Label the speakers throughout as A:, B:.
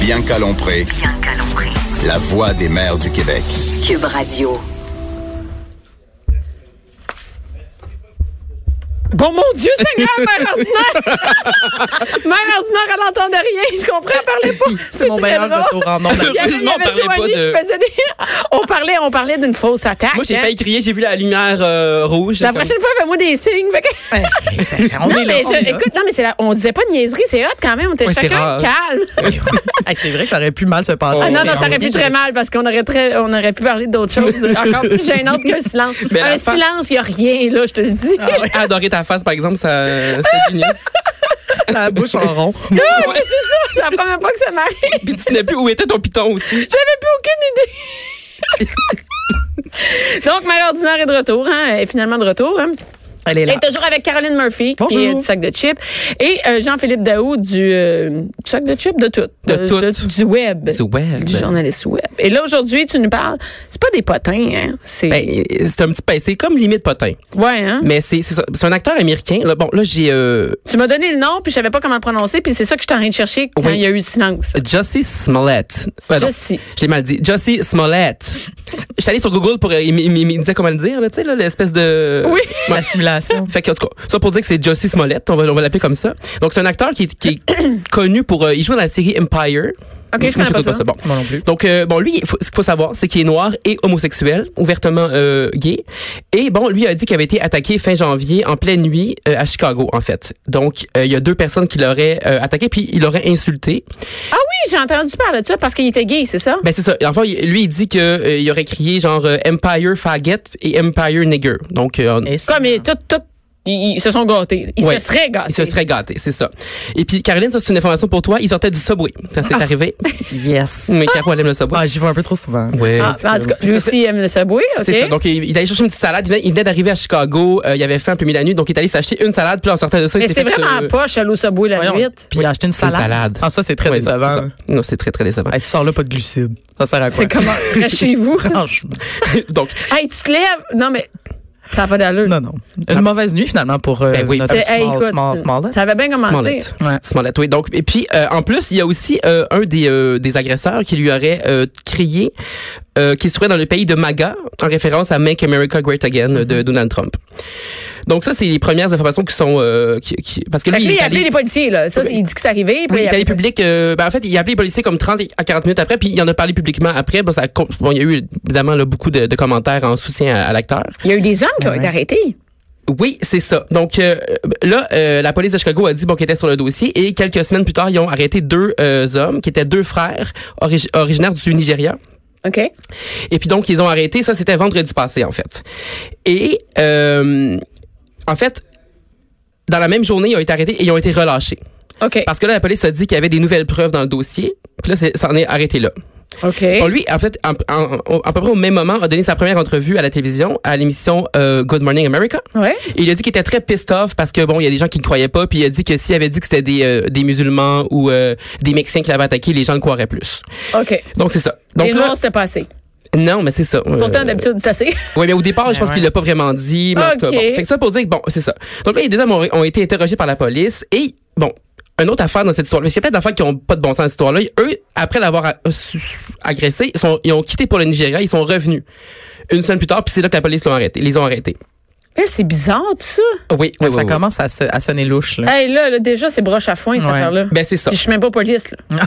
A: Bien calompré. La voix des mères du Québec.
B: Cube Radio.
C: Bon mon Dieu, Seigneur, mère ordinaire! mère ordinaire, elle n'entendait rien. Je comprends, elle parlait pas.
D: C'est mon
C: très
D: meilleur
C: drôle.
D: retour en ondes.
C: Il y avait, il y
D: Heureusement, on
C: avait
D: parlait
C: Joanie
D: pas de-
C: qui faisait des... On parlait, on parlait d'une fausse attaque.
D: Moi, j'ai
C: hein.
D: failli crier, j'ai vu la lumière euh, rouge.
C: La
D: Comme-
C: prochaine fois, fais-moi des signes. Fait que-
E: Ben,
C: non,
D: on est là,
C: mais
D: on
C: je-
D: est là.
C: écoute, non, mais c'est la- on disait pas de niaiserie, c'est hot quand même. On était
D: Ouais, c'est
C: chacun
D: rare.
C: calme.
D: Hey, c'est vrai que ça aurait pu mal se passer.
C: Ah non,
D: Mais
C: non, ça
D: en
C: aurait pu
D: même temps,
C: très mal parce qu'on aurait, très, on aurait pu parler d'autres choses encore plus gênantes qu'un silence.
D: Mais la Ah.
C: un
D: fa-
C: silence, il n'y a rien, là, je te le dis.
D: j'aurais adoré ta face, par exemple, ça, ça dénisse.
E: La bouche en rond.
C: Ah, mais c'est ça, c'est la première fois que ça m'arrive. J'avais
D: Puis tu n'as plus où était ton piton aussi.
C: plus aucune idée. Donc, Mère ordinaire est de retour, hein, elle est finalement de retour. hein.
E: Elle est
C: Elle
E: là.
C: est toujours avec Caroline Murphy,
E: Bonjour.
C: qui est du sac de chips, et euh, Jean-Philippe Daou du, euh, du sac de chips de tout.
D: De tout.
C: du web.
D: Du web.
C: Du journaliste web. Et là, aujourd'hui, tu nous parles, c'est pas des potins, hein. C'est.
D: Ben, c'est un petit peu, c'est comme limite potin.
C: ouais, hein.
D: Mais c'est c'est ça. C'est un acteur américain. Là, bon, là, j'ai euh,
C: Tu m'as donné le nom, puis je savais pas comment le prononcer, puis c'est ça que je suis en train de chercher quand
D: Oui. Euh,
C: il y a eu le silence.
D: Jussie Smollett. Pardon.
C: Jussie.
D: Je l'ai mal dit. Jussie Smollett. Je suis allée sur Google pour. euh, Il, me- il me- il me disait comment le dire, là, tu sais, là, l'espèce de.
C: Oui.
D: Ouais.
E: Simulation.
D: Fait que, en tout cas, ça pour dire que c'est Jussie Smollett, on va, on va l'appeler comme ça. Donc, c'est un acteur qui, est- qui est connu pour. euh, il joue dans la série Empire.
C: Ok, je
D: Moi,
C: connais pas ça.
D: Bon.
E: Moi non plus.
D: Donc, euh, bon, lui, il faut- ce qu'il faut savoir, c'est qu'il est noir et homosexuel, ouvertement euh, gay. Et bon, lui a dit qu'il avait été attaqué fin janvier, en pleine nuit, euh, à Chicago, en fait. Donc, euh, il y a deux personnes qui l'auraient euh, attaqué, puis il l'aurait insulté.
C: Ah oui, j'ai entendu parler de ça parce qu'il était gay, c'est ça?
D: Ben c'est ça. Enfin, il- lui il dit que euh, il aurait crié genre euh, Empire faggot et Empire nigger. Donc euh,
E: Et
C: Comme il- tout, tout, ils, ils se sont gâtés. Ils
D: Ouais.
C: se seraient gâtés.
D: il se serait gâté, c'est ça. Et puis Caroline, ça c'est une information pour toi. Ils sortaient du Subway quand c'est arrivé.
E: Yes.
D: Mais Caro elle aime le Subway.
E: Ah, j'y vais un peu trop souvent.
D: Ouais.
C: Ah, en tout cas, lui aussi il aime le Subway, OK?
D: C'est ça. Donc il, il allait chercher une petite salade. Il venait, il venait d'arriver à Chicago. euh, il avait fait un peu mille la nuit, donc il est allé s'acheter une salade. Puis en sortant de ça,
C: mais
D: il s'est
C: c'est
D: fait,
C: vraiment
D: euh,
C: poche, aller au Subway la
E: Voyons.
C: nuit.
E: Puis j'ai acheté une salade.
D: salade.
E: Ah, ça, c'est très
D: ouais, non,
E: décevant.
D: c'est ça. Non, c'est très très décevant.
E: Hey, tu sors là, pas de glucides. Ça sert à quoi?
C: C'est comment? Reste chez vous.
E: Franchement.
D: donc
C: hey, tu te lèves. Non, mais ça n'a pas d'allure.
E: Non, non. Une mauvaise nuit, finalement, pour euh,
D: Ben oui.
E: notre
C: C'est-
E: small,
C: hey, écoute,
E: small,
D: hein?
E: small.
C: ça avait bien commencé.
D: Smollett.
E: Ouais.
D: Smollett, oui. Donc, et puis, euh, en plus, il y a aussi euh, un des, euh, des agresseurs qui lui aurait euh, crié euh, qu'il serait dans le pays de MAGA, en référence à Make America Great Again euh, de Donald Trump. Donc, ça, c'est les premières informations qui sont... euh, qui, qui- parce que
C: Fait
D: lui,
C: que lui,
D: il
C: il
D: est
C: a appelé
D: allé...
C: les policiers, là. Ça, c'est- il dit que c'est arrivé. Puis
D: Oui, il
C: là,
D: est
C: il a
D: allé public. euh, ben, en fait, il a appelé les policiers comme 30 à 40 minutes après, puis il en a parlé publiquement après. Bon, ça, a con- bon, il y a eu évidemment là, beaucoup de, de commentaires en soutien à- à l'acteur.
C: il y a eu des hommes qui ont été arrêtés.
D: Oui, c'est ça. Donc euh, là, euh, la police de Chicago a dit bon, qu'ils étaient sur le dossier et quelques semaines plus tard, ils ont arrêté deux euh, hommes qui étaient deux frères origi- originaires du Nigeria.
C: OK?
D: Et puis donc, ils ont arrêté. Ça, c'était vendredi passé, en fait. Et euh, en fait, dans la même journée, ils ont été arrêtés et ils ont été relâchés.
C: OK.
D: Parce que là, la police a dit qu'il y avait des nouvelles preuves dans le dossier. Puis là, c'est- ça en est arrêté là.
C: OK.
D: Bon, lui, en fait, en- en- en- à peu près au même moment, a donné sa première entrevue à la télévision, à l'émission euh, Good Morning America.
C: Ouais.
D: Et il a dit qu'il était très pissed off parce que bon, il y a des gens qui ne croyaient pas, puis il a dit que s'il avait dit que c'était des, euh, des musulmans ou euh, des Mexicains qui l'avaient attaqué, les gens le croiraient plus.
C: OK.
D: Donc c'est ça. Donc
C: Et
D: là-
C: non, c'était pas assez.
D: non, mais c'est ça.
C: Pourtant,
D: Euh,
C: d'habitude, c'est assez.
D: oui, mais au départ, je pense qu'il l'a pas vraiment dit. Mais en tout cas,
C: Ok.
D: bon. Fait que ça pour dire que bon, c'est ça. Donc là, les deux hommes ont, ont été interrogés par la police et bon. Une autre affaire dans cette histoire, parce qu'il y a plein d'affaires qui ont pas de bon sens dans cette histoire-là. Eux, après l'avoir a- euh, su- agressé, ils, sont, ils ont quitté pour le Nigeria, ils sont revenus une semaine plus tard, puis c'est là que la police l'ont arrêté, les ont arrêtés.
C: Eh, c'est bizarre, tout ça.
D: Oui, oui,
E: Ah, ça
D: oui, oui.
E: commence à, se- à sonner louche, là.
C: Hey, là, là, déjà, c'est broche à foin, cette
E: Ouais.
C: affaire-là.
D: Ben c'est ça.
C: Puis je suis même pas police, là.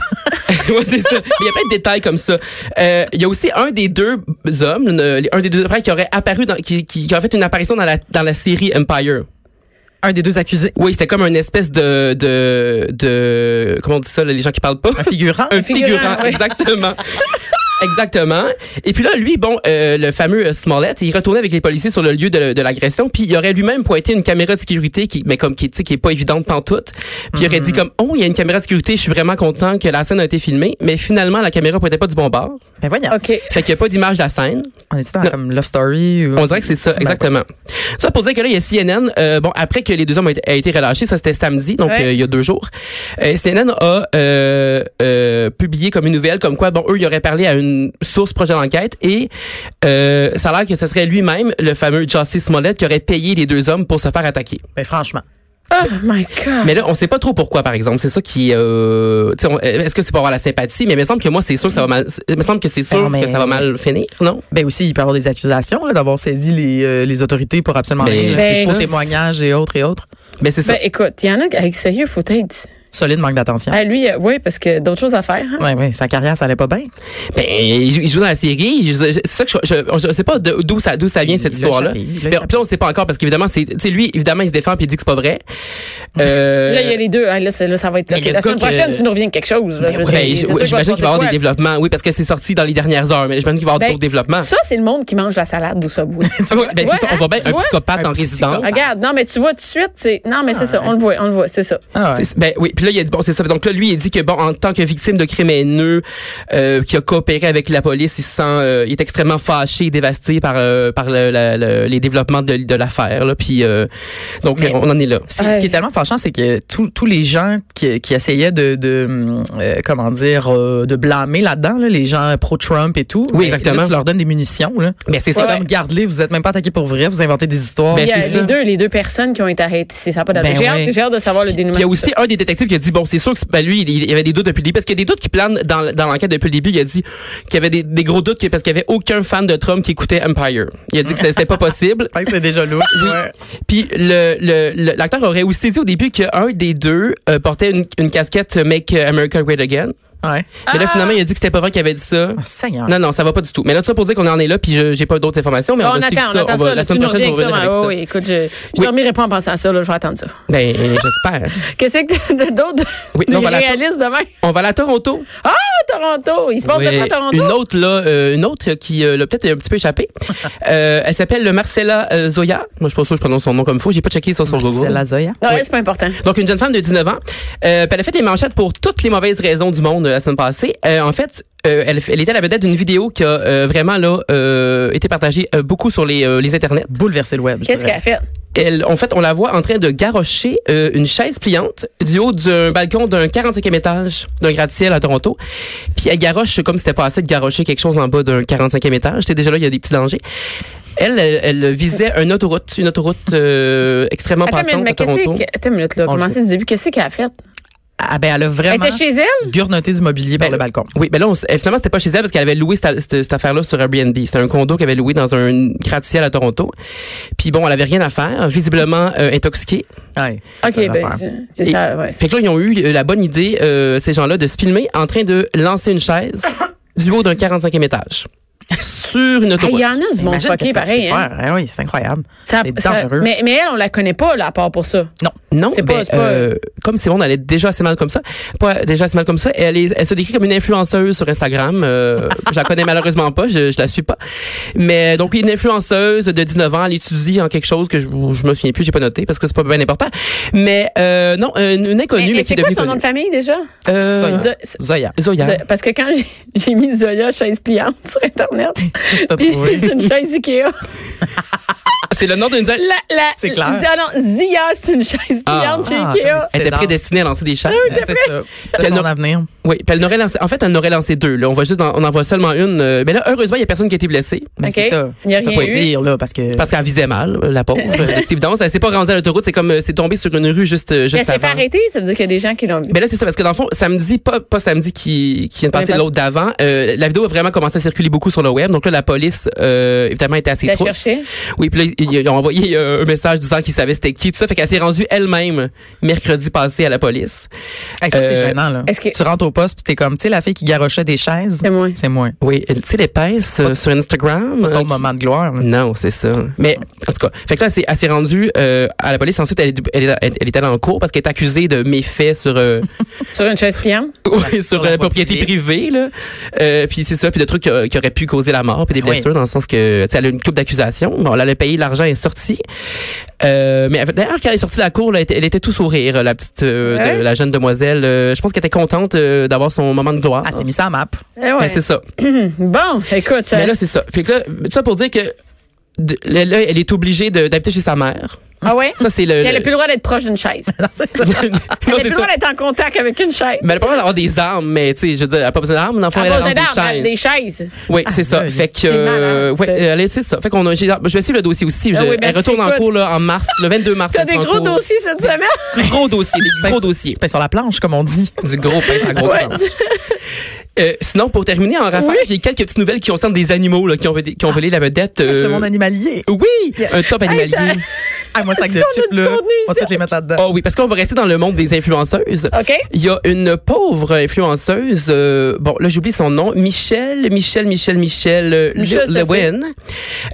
D: ouais, c'est ça. Mais il y a plein de détails comme ça. Euh, Il y a aussi un des deux hommes, le- un des deux frères qui aurait apparu, dans, qui, qui, qui aurait fait une apparition dans la, dans la série Empire.
E: Un des deux accusés.
D: Oui, c'était comme une espèce de, de, de, comment on dit ça, là, les gens qui parlent pas?
E: Un figurant.
D: Un figurant,
C: figurant, ouais.
D: exactement. Exactement. Et puis là, lui, bon, euh, le fameux euh, Smollett, il retournait avec les policiers sur le lieu de, de l'agression, puis il aurait lui-même pointé une caméra de sécurité qui, mais comme qui, tu sais, qui est pas évidente pantoute. Puis il aurait dit comme, oh, il y a une caméra de sécurité, je suis vraiment content que la scène a été filmée, mais finalement la caméra pointait pas du bon bord.
E: Ben voyons.
C: OK.
D: Fait qu'il n'y a pas d'image de la scène.
E: On est dans comme Love Story. ou-
D: On dirait que c'est ça, exactement. Ça pour dire que là, il y a CNN, euh, bon, après que les deux hommes ont été, a été relâchés, ça c'était samedi, donc
C: Ouais.
D: euh, il y a deux jours, euh, CNN a euh, euh, publié comme une nouvelle, comme quoi, bon, eux, ils auraient parlé à une source projet d'enquête et euh, ça a l'air que ce serait lui-même, le fameux Justice Smollett, qui aurait payé les deux hommes pour se faire attaquer.
E: Ben franchement.
C: Oh my
E: Ah.
C: God.
D: Mais là, on sait pas trop pourquoi, par exemple. C'est ça qui, euh, tu sais, on- est-ce que c'est pour avoir la sympathie? Mais il me semble que moi, c'est sûr que ça va mal, il me semble que c'est sûr
E: Ben non, mais-
D: que ça va mal finir, non?
E: Ben aussi, il peut y avoir des accusations là, d'avoir saisi les, euh, les autorités pour absolument
D: Ben,
E: rien.
C: Ben,
E: des faux
C: c'est-
E: témoignages et autres et autres.
D: Mais c'est ça.
C: Ben écoute, il y en a qui- avec sérieux, faut être.
E: Solide manque d'attention.
C: Ah, lui, euh, oui, parce que d'autres choses à faire. hein.
E: Ouais, ouais, sa carrière, ça allait pas bien.
D: Ben, il joue, il joue dans la série. Je- je- C'est ça que je, je, je sais pas de- d'où ça, d'où ça vient cette
E: Il l'a
D: histoire-là.
E: échappé, il l'a
D: Puis
E: échappé.
D: puis on sait pas encore parce qu'évidemment, c'est, tu sais, lui, évidemment, il se défend puis il dit que c'est pas vrai. Euh,
C: Là, il y a les deux. Ah, là, c'est- là, ça va être
D: Mais
C: bloqué.
D: le
C: La semaine
D: gars que-
C: prochaine, tu nous reviens avec quelque chose. là, je veux
D: ben,
C: dire,
D: je-
C: c'est sûr
D: ouais,
C: qu'il va se
D: j'imagine qu'il va y
C: passer
D: avoir des
C: quoi.
D: développements. Oui, parce que c'est sorti dans les dernières heures, mais j'imagine qu'il va y avoir
C: Ben,
D: d'autres développements.
C: Ça, c'est le monde qui mange la salade au Subway.
D: Ah ouais, ben,
C: vois,
D: c'est ça, on voit bien
C: tu
D: un
C: vois?
D: psychopathe
E: Un
D: en résidence.
E: psychopathe.
C: Regarde, non, mais tu vois tout de suite, c'est. Non, mais c'est ça, on le voit, on le voit, c'est ça.
E: Ah ouais.
D: C'est- Ben oui, puis là il a dit bon c'est ça. Donc là lui il dit que bon en tant que victime de crimes haineux, euh, qui a coopéré avec la police, il se sent, euh, il est extrêmement fâché, et dévasté par euh, par le- la- le- les développements de, de l'affaire là. Puis euh, donc
E: Mais-
D: on en est là.
E: C'est- Ce qui est tellement fâchant, c'est que tous tous les gens qui, qui essayaient de, de, hum, euh, comment dire, euh, de blâmer là-dedans, là, les gens pro-Trump et tout,
D: Oui,
E: mais
D: exactement.
E: là, tu leur donnes des munitions. Là.
D: Mais c'est ça.
E: Comme, garde-les, vous êtes même pas attaqués pour vrai, vous inventez des histoires.
D: Ben,
C: Il y a
D: c'est
C: les
D: ça.
C: deux, les deux personnes qui ont été arrêtées, c'est- ça n'a pas d'allure.
E: Ben
C: J'ai hâte-
E: ouais.
C: J'ai hâte de savoir le dénouement.
D: Puis il y a aussi un des détectives qui a dit bon c'est sûr que c'est- ben, lui il il y avait des doutes depuis le début parce qu'il y a des doutes qui planent dans, dans l'enquête depuis le début il a dit qu'il y avait des, des gros doutes que- parce qu'il y avait aucun fan de Trump qui écoutait Empire il a dit que c'était pas possible
E: Ouais, c'est déjà louche. ouais.
D: puis le le- le- l'acteur aurait aussi dit au début qu'un des deux euh, portait une, une casquette Make America Great Again
E: Ouais.
D: mais là
C: Ah!
D: finalement il a dit que c'était pas vrai qu'il avait dit ça
E: Oh, Seigneur.
D: non non ça va pas du tout mais là tout ça pour dire qu'on en est là puis je- j'ai pas d'autres informations mais
C: Ah,
D: on,
C: on
D: va suivre
C: attend, on
D: ça.
C: attend
D: On va-
C: ça.
D: la
C: là, tu
D: semaine
C: nous reviens
D: prochaine on va
C: avec
D: revenir
C: ça.
D: avec
C: Ah,
D: ça
C: oui, écoute, je je
D: Oui.
C: dormirai pas en pensant à ça, là, je vais attendre ça.
D: ben j'espère
C: Qu'est-ce que t'as de- d'autre
D: Oui,
C: de
D: non, on va l'attendre.
C: réaliste demain?
D: on va aller à Toronto
C: Ah, Toronto! Il se passe
D: Oui,
C: de quoi à Toronto?
D: Une autre, là, euh, une autre qui euh, l'a peut-être un petit peu échappé. Euh, elle s'appelle Marcella euh, Zoya. Moi, je suis pas sûre que je prononce son nom comme il faut. J'ai pas checké ça sur
E: C'est
D: Google.
E: la Zoya.
C: Non, c'est pas important.
D: Donc, une jeune femme de 19 ans. Euh, puis elle a fait les manchettes pour toutes les mauvaises raisons du monde euh, la semaine passée. Euh, en fait, euh, elle, elle était la vedette d'une vidéo qui a euh, vraiment là, euh, été partagée euh, beaucoup sur les, euh, les internets.
E: Bouleverser le web. je
C: Qu'est-ce
E: dirais.
C: qu'elle a fait?
D: Elle, en fait, on la voit en train de garrocher euh, une chaise pliante du haut d'un balcon d'un 45e étage d'un gratte-ciel à Toronto. Puis elle garroche comme si c'était pas assez de garrocher quelque chose en bas d'un 45e étage. C'était déjà là, il y a des petits dangers. Elle, elle, elle visait une autoroute, une autoroute euh, extrêmement
C: Attends, mais,
D: passante
C: mais
D: à
C: qu'est-ce
D: Toronto.
C: que. Attends une minute, là.
E: On le
C: Commencez
E: sait.
C: du début. Qu'est-ce qu'elle a fait?
E: Ah, ben, elle a
C: Elle
E: vraiment
C: était chez elle?
E: gurnoté du mobilier par
D: Ben,
E: le balcon.
D: Oui, mais là, on s- eh, finalement, c'était pas chez elle parce qu'elle avait loué cette, cette- cette affaire-là sur Airbnb. C'était un condo qu'elle avait loué dans un gratte-ciel à Toronto. Puis bon, elle avait rien à faire, visiblement euh, intoxiquée.
E: Ouais, c'est
C: OK,
E: ça,
C: ben.
E: l'affaire.
C: c'est- c'est ça, ouais, c'est-
D: Fait que là, ils ont eu euh, la bonne idée, euh, ces gens-là, de se filmer en train de lancer une chaise du haut d'un 45e étage sur une
C: Ah,
D: autoroute.
C: Il y en a du monde
E: Imagine
C: choqué,
E: qu'est-ce que tu
C: pareil.
E: peux
C: hein.
E: faire. Ah oui, c'est incroyable.
C: Ça-
E: C'est
C: ça-
E: dangereux.
C: mais, mais elle, on la connaît pas, là, à part pour ça.
E: Non.
D: Non,
C: C'est
D: ben,
C: pas- c'est pas-
D: euh, comme Simone allait déjà assez mal comme ça, pas déjà assez mal comme ça, elle, est- elle se décrit comme une influenceuse sur Instagram. Euh, je la connais malheureusement pas, je, je la suis pas. Mais donc une influenceuse de 19 ans, elle étudie en quelque chose que je, je me souviens plus, j'ai pas noté parce que c'est pas bien important. Mais euh, non, une, une inconnue
C: Mais,
D: mais,
C: mais
D: qui
C: c'est
D: est
C: quoi
D: devenue
C: son nom de
D: connue.
C: famille déjà?
D: Euh,
E: Zoya.
C: Zo- Zo-
E: Zoya.
D: Zoya.
C: Zo- Parce que quand j'ai- j'ai mis Zoya chaise pliante sur Internet,
E: t'as
C: puis
E: trouvé?
C: c'est une chaise Ikea.
D: C'est le nom d'une
C: La, la,
E: C'est clair.
C: Zia- non, Zia, c'est une chaise pliante chez
E: Ah,
C: Ikea.
E: c'est
D: Elle était
E: énorme.
D: prédestinée à lancer des
C: Ah
D: chaises.
E: C'est ça. C'est
D: Elle
E: son
D: n'a-
E: avenir.
D: Oui, puis elle n'aurait lancé. En fait, elle n'aurait lancé deux. Là, on va juste, en- on en voit seulement une. euh, Mais là, heureusement, il y a personne qui a été blessée
E: Ben,
C: OK.
E: c'est ça.
C: Il y a
E: ça
C: rien
E: faut
C: eu.
E: dire, là, parce que.
D: parce qu'elle visait mal, euh, la pauvre. euh, C'est évident, elle s'est pas rendue à l'autoroute. C'est comme, euh, c'est tombé sur une rue juste, euh,
C: Mais
D: juste
C: c'est fait
D: avant.
C: arrêter, ça veut dire qu'il y a des gens qui l'ont vu.
E: Ben,
D: Mais là, c'est ça, parce que dans le fond, samedi, pas, pas samedi qui, qui vient de passer,
C: Oui, parce-
D: l'autre d'avant, euh, la vidéo a vraiment commencé à circuler beaucoup sur le web. Donc là, la police, euh, évidemment, était assez
C: La
D: trousse.
C: chercher.
D: Oui, puis là, ils ils ont envoyé euh, un message disant qu'ils savaient c'était qui, tout ça. Fait qu'elle s'est rendue elle-même mercredi passé à la police.
E: Hey, ça, c'est
D: Euh,
E: gênant, là.
C: est-ce que-
E: Tu rentres au poste puis t'es comme, tu sais, la fille qui garochait des chaises.
C: C'est moi.
E: C'est moi.
D: Oui, euh, tu sais, l'épaisse euh, sur Instagram. euh,
E: Ton
D: qui-
E: moment de gloire. là.
D: Non, c'est ça. Mais en tout cas, fait que là, elle s'est- elle s'est rendue euh, à la police. Ensuite, elle est, elle, est- elle est allée en cours parce qu'elle est accusée de méfaits sur euh,
C: Sur une chaise pliante.
D: oui, sur
E: sur la
D: la
E: voie
D: propriété privée. là. Euh, puis c'est ça, puis de trucs qui, qui auraient pu causer la mort, puis des
E: Oui.
D: blessures, dans le sens que, tu sais, elle a une coupe d'accusations. Bon, là, elle a payé l'argent, elle est sortie. Euh, mais elle- d'ailleurs, quand elle est sortie de la cour, là, elle, était, elle était tout sourire, la petite, euh, de-
C: Ouais.
D: la jeune demoiselle. Euh, je pense qu'elle était contente euh, d'avoir son moment de gloire.
E: Ah, c'est mis ça à map.
C: Eh ouais.
D: Ben, c'est ça.
C: Bon, écoute, euh, ça-
D: Mais là, c'est ça. Fait que là, ça pour dire que de- là, là, elle est obligée de- d'habiter chez sa mère.
C: ah ouais?
D: Ça, c'est le.
C: Puis elle n'a
D: le-
C: plus le droit d'être proche d'une chaise. elle n'a
D: Non, c'est
C: plus le
D: ça.
C: droit d'être en contact avec une chaise. Ah,
D: Mais Ben, elle a pas besoin d'avoir des armes, mais tu sais, je veux dire, elle a pas besoin d'armes, l'enfant,
C: Elle
D: elle
C: a
D: a
C: besoin d'armes, elle a
D: des
C: ben, des
D: chaises.
C: chaises.
D: Oui, c'est ça.
E: malade.
D: Fait que,
C: C'est malade,
D: euh, ouais,
C: ça.
D: elle est- c'est ça. Fait qu'on a, j'ai- je vais suivre le dossier aussi.
C: Ah
D: Je-
C: oui,
D: elle
C: merci,
D: retourne en
C: écoute.
D: cours, là, en mars, le 22 mars.
C: T'as
D: elle
C: des
D: sera en
C: gros
D: cours.
C: dossiers cette semaine?
D: Gros dossier, des gros dossiers.
E: Ben, sur la planche, comme on dit.
D: Du gros pain, à grosse
C: Ouais.
D: planche. Euh, sinon, pour terminer en rafale, j'ai quelques petites nouvelles qui concernent des animaux là, qui, ont, qui
C: Ah.
D: ont volé la vedette.
E: Ah, C'est
D: euh,
E: mon animalier.
D: oui, un top animalier.
C: ça-
E: Ah, moi, sac de
C: Est-ce qu'on a
E: chips,
C: du
E: là.
C: contenu
E: On va
C: ici?
E: toutes les mettre là-dedans.
D: Oh oui, parce qu'on va rester dans le monde des influenceuses.
C: OK.
D: Il y a une pauvre influenceuse, euh, bon là j'oublie son nom, Michelle, Michelle, Michelle, Michelle euh,
C: Michelle,
D: Le-
C: c'est assez.
D: Lewin,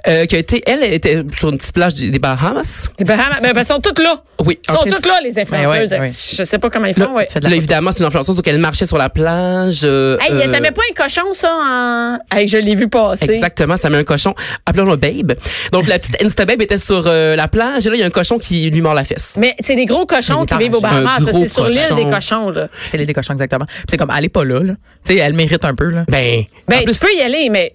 D: euh, qui a été, elle était sur une petite plage des des Bahamas.
C: Les Bahamas, ben, ben, elles sont toutes là.
D: Oui,
C: Elles
D: en
C: sont
D: fait,
C: toutes là, les influenceuses.
E: Ben ouais, ouais.
C: Je sais pas comment ils
D: Là,
C: font. ouais.
E: fait de la
D: là,
E: photo.
D: évidemment, c'est une influenceuse, donc elle marchait sur la plage. euh,
C: Hey,
D: euh,
C: ça met pas un cochon, ça, en. Hey, je l'ai vu passer.
D: Exactement, ça met un cochon. Appelons-le Babe. Donc, la petite Insta Babe était sur euh, la plage et là, il y a un cochon qui lui mord la fesse.
C: Mais c'est des
D: Ben,
C: gros cochons
E: Il est
C: qui vivent au
D: enragé.
C: Bahamas.
D: Un
C: ça,
D: gros
C: C'est sur l'île des
D: cochon.
C: cochons, là.
E: C'est les décochons, exactement. Puis c'est comme, elle est pas là, là. Tu sais, elle mérite un peu, là.
D: Ben, en
C: Ben,
D: plus,
C: tu peux y aller, mais.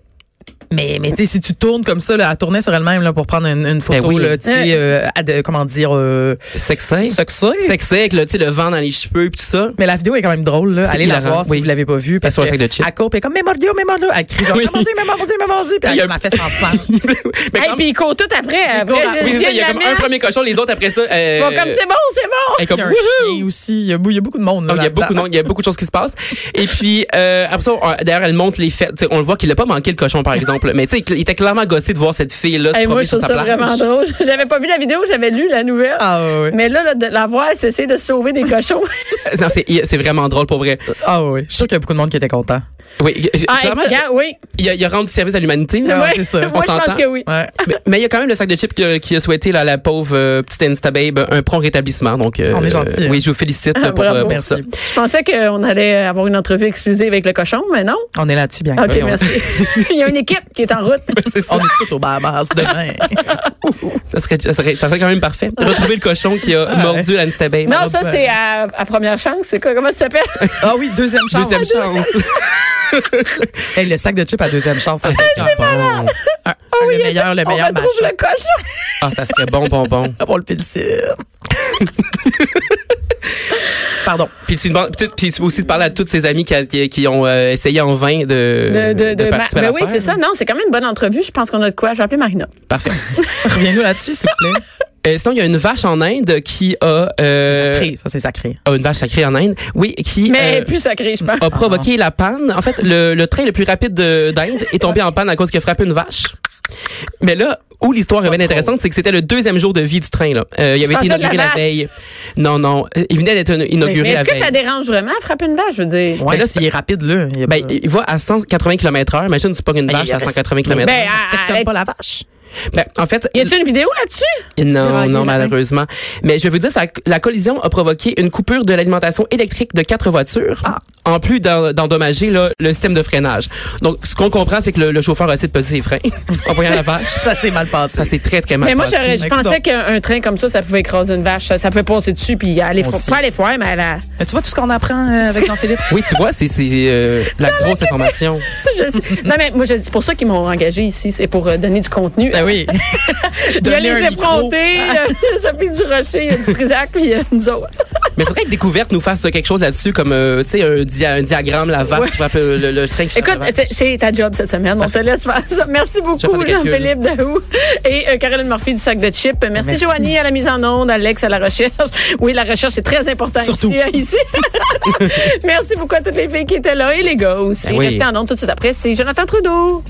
E: Mais, mais tu sais, si tu tournes comme ça, là, à tourner sur elle-même, là, pour prendre une, une photo,
D: Ben oui.
E: là, tu sais, euh, à de- comment dire, euh,
D: sexy.
E: succès.
D: Sexy avec le, tu sais, le vent dans les cheveux et tout ça.
E: Mais la vidéo est quand même drôle, là.
D: C'est
E: Allez la
D: hilarant.
E: voir si
D: Oui.
E: vous l'avez pas vue. Parce
D: sur un
E: que
D: sac de chips.
E: Elle court, puis elle est comme, mais mordio, mais mordio. Elle crie genre,
D: Oui.
E: mais mordio, mais mordio, mais mordio. Puis
D: Il y a
E: elle
D: un-
E: m'a fait sans sang.
D: Mais
C: Hey,
D: quand-
C: puis ils courent tout après. après
D: Oui, c'est ça, il y a comme un premier cochon, les autres après ça. euh,
C: Ils vont comme c'est bon, c'est bon.
D: elle est comme
E: Il y a un
D: wouhou!
E: chien aussi. Il y a, beau- il y a beaucoup de monde, là.
D: Donc, il y a
E: là-dedans.
D: beaucoup, non, il y a beaucoup de choses qui se passent. Et puis, euh, après ça, on- d'ailleurs, elle montre les fêtes. T'sais, on le voit qu'il a pas manqué le cochon, par exemple. Mais tu sais, il était clairement gossé de voir cette fille-là se
C: Hey, moi,
D: promener
C: je
D: sur
C: trouve
D: sa
C: ça
D: plage.
C: vraiment drôle. J'avais pas vu la vidéo, j'avais lu la nouvelle.
E: Ah, ouais, ouais.
C: Mais là, là, de la voir cesser de sauver des cochons.
D: Euh, Non, c'est, il- c'est vraiment drôle, pour vrai.
E: Ah, ouais, ouais. Je suis sûr qu'il y a beaucoup de monde qui était content.
D: Oui, il-
C: Ah,
D: clairement,
C: regarde, oui.
D: il a, il a rendu service à l'humanité. là.
E: Ah,
C: Ouais.
E: c'est ça.
C: Moi,
D: On
C: je pense
D: s'entend.
C: que oui.
E: Ouais.
D: Mais- Mais il y a quand même le sac de chips qui a, qui a souhaité là, à la pauvre euh, petite Instababe un prompt rétablissement. Donc, euh,
E: On est gentil, hein.
D: oui, je vous félicite
C: Ah,
D: pour,
C: bravo.
D: euh, pour
E: Merci.
D: ça.
C: Je pensais qu'on allait avoir une entrevue exclusive avec le cochon, mais non.
E: On est là-dessus, bien.
C: OK,
D: on-
C: merci. Il y a une équipe qui est en route.
D: C'est ça.
E: On est tous au Bahamas demain.
D: Ça serait, ça, serait, ça serait quand même parfait. Retrouver le cochon qui a mordu l'Instababe.
C: Non, ça, c'est à, à première chance. C'est quoi? Comment ça s'appelle?
E: Ah oui, deuxième chance.
D: Deuxième chance.
E: Hey, le sac de chips à deuxième chance, ça, c'est
D: Ah, bon.
E: un- un- le meilleur, le
C: On
E: meilleur
C: retrouve
E: match.
C: le cochon.
D: Ah, ça serait bon, bon, bon.
E: On le félicite. Pardon.
D: Puis tu, demandes, puis tu- puis tu peux aussi te parler à toutes ces amies qui, qui, qui ont euh, essayé en vain Euh, de,
C: De, de, de, ma-
D: participer à
C: ben oui,
D: l'affaire.
C: c'est ça. Non, c'est quand même une bonne entrevue. Je pense qu'on a de quoi. Je vais appeler Marina.
D: Parfait.
E: Reviens-nous là-dessus, s'il vous plaît.
D: Euh, sinon, il y a une vache en Inde qui a...
E: C'est
D: euh,
E: sacré, ça, c'est sacré.
D: ah, une vache sacrée en Inde. Oui, qui...
C: Mais Ah. elle
D: euh,
C: est plus sacrée, je pense.
D: a provoqué la panne. En fait, le, le train le plus rapide de- d'Inde est tombé en panne à cause qu'il a frappé une vache. Mais là, où l'histoire est bien intéressante, c'est que c'était le deuxième jour de vie du train. Là. Euh, il avait été
C: pensais de la
D: inauguré la,
C: vache.
D: veille. Non, non. euh, Il venait d'être
C: Mais
D: inauguré la
C: est-ce que
D: veille.
C: ça dérange vraiment frapper une vache? Je veux dire.
E: Ouais,
D: là,
E: s'il est rapide, là. Il y a
D: Ben,
E: pas-
D: il va à 180 km heure. Imagine, tu pognes une
E: Ben,
D: vache
E: il
D: à
E: reste-
D: 180 km
C: Ben,
D: heure.
E: ça
C: ah,
E: sectionne
C: arrête.
E: pas la vache.
D: Ben, en fait,
C: Y a-t-il une vidéo là-dessus?
D: non,
E: déraillé,
D: non,
E: là,
D: malheureusement. Mais je vais vous dire, ça- la collision a provoqué une coupure de l'alimentation électrique de quatre voitures,
C: Ah.
D: en plus d'en- d'endommager là, le système de freinage. Donc, ce qu'on comprend, c'est que le, le chauffeur a essayé de peser ses freins
E: Ah
D: en voyant la vache.
E: Ça s'est mal passé.
D: Ça, c'est très, très mal
C: Mais moi,
D: passé.
C: j'aurais- je
E: Mais
C: pensais
E: écoute
C: qu'un un train comme ça, ça pouvait écraser une vache. Ça, ça pouvait passer dessus puis aller
E: On
C: fou-
E: sait.
C: Pas aller foire, mais aller à-
E: Mais tu vois tout ce qu'on apprend euh, avec Jean-Philippe?
D: Oui, tu vois, c'est c'est, euh, de la grosse information.
C: Je sais. Non, mais moi, je- c'est pour ça qu'ils m'ont engagé ici. C'est pour euh, donner du contenu.
E: Ben oui.
C: Il y a
E: Donner un
C: les
E: micro.
C: effrontés, il y a Sophie Durocher, il y a du Trisac, puis il y a nous autres.
D: Mais faudrait que Découverte nous fasse euh, quelque chose là-dessus, comme euh, tu sais un, dia- un diagramme, la vache qui frappe euh, le, le train qui frappe
C: Écoute,
D: la vache.
C: c'est- c'est ta job cette semaine. On te laisse faire ça. Merci beaucoup,
D: Je fais des
C: Jean-Philippe Daou et euh, Caroline Murphy du sac de chips. Merci,
E: Merci.
C: Joanie à la mise en onde, Alex à la recherche. Oui, la recherche est très importante
E: Surtout.
C: ici. hein, ici. Merci beaucoup à toutes les filles qui étaient là et les gars aussi.
D: Ben oui.
C: Restez en onde tout de suite après. C'est Jonathan Trudeau.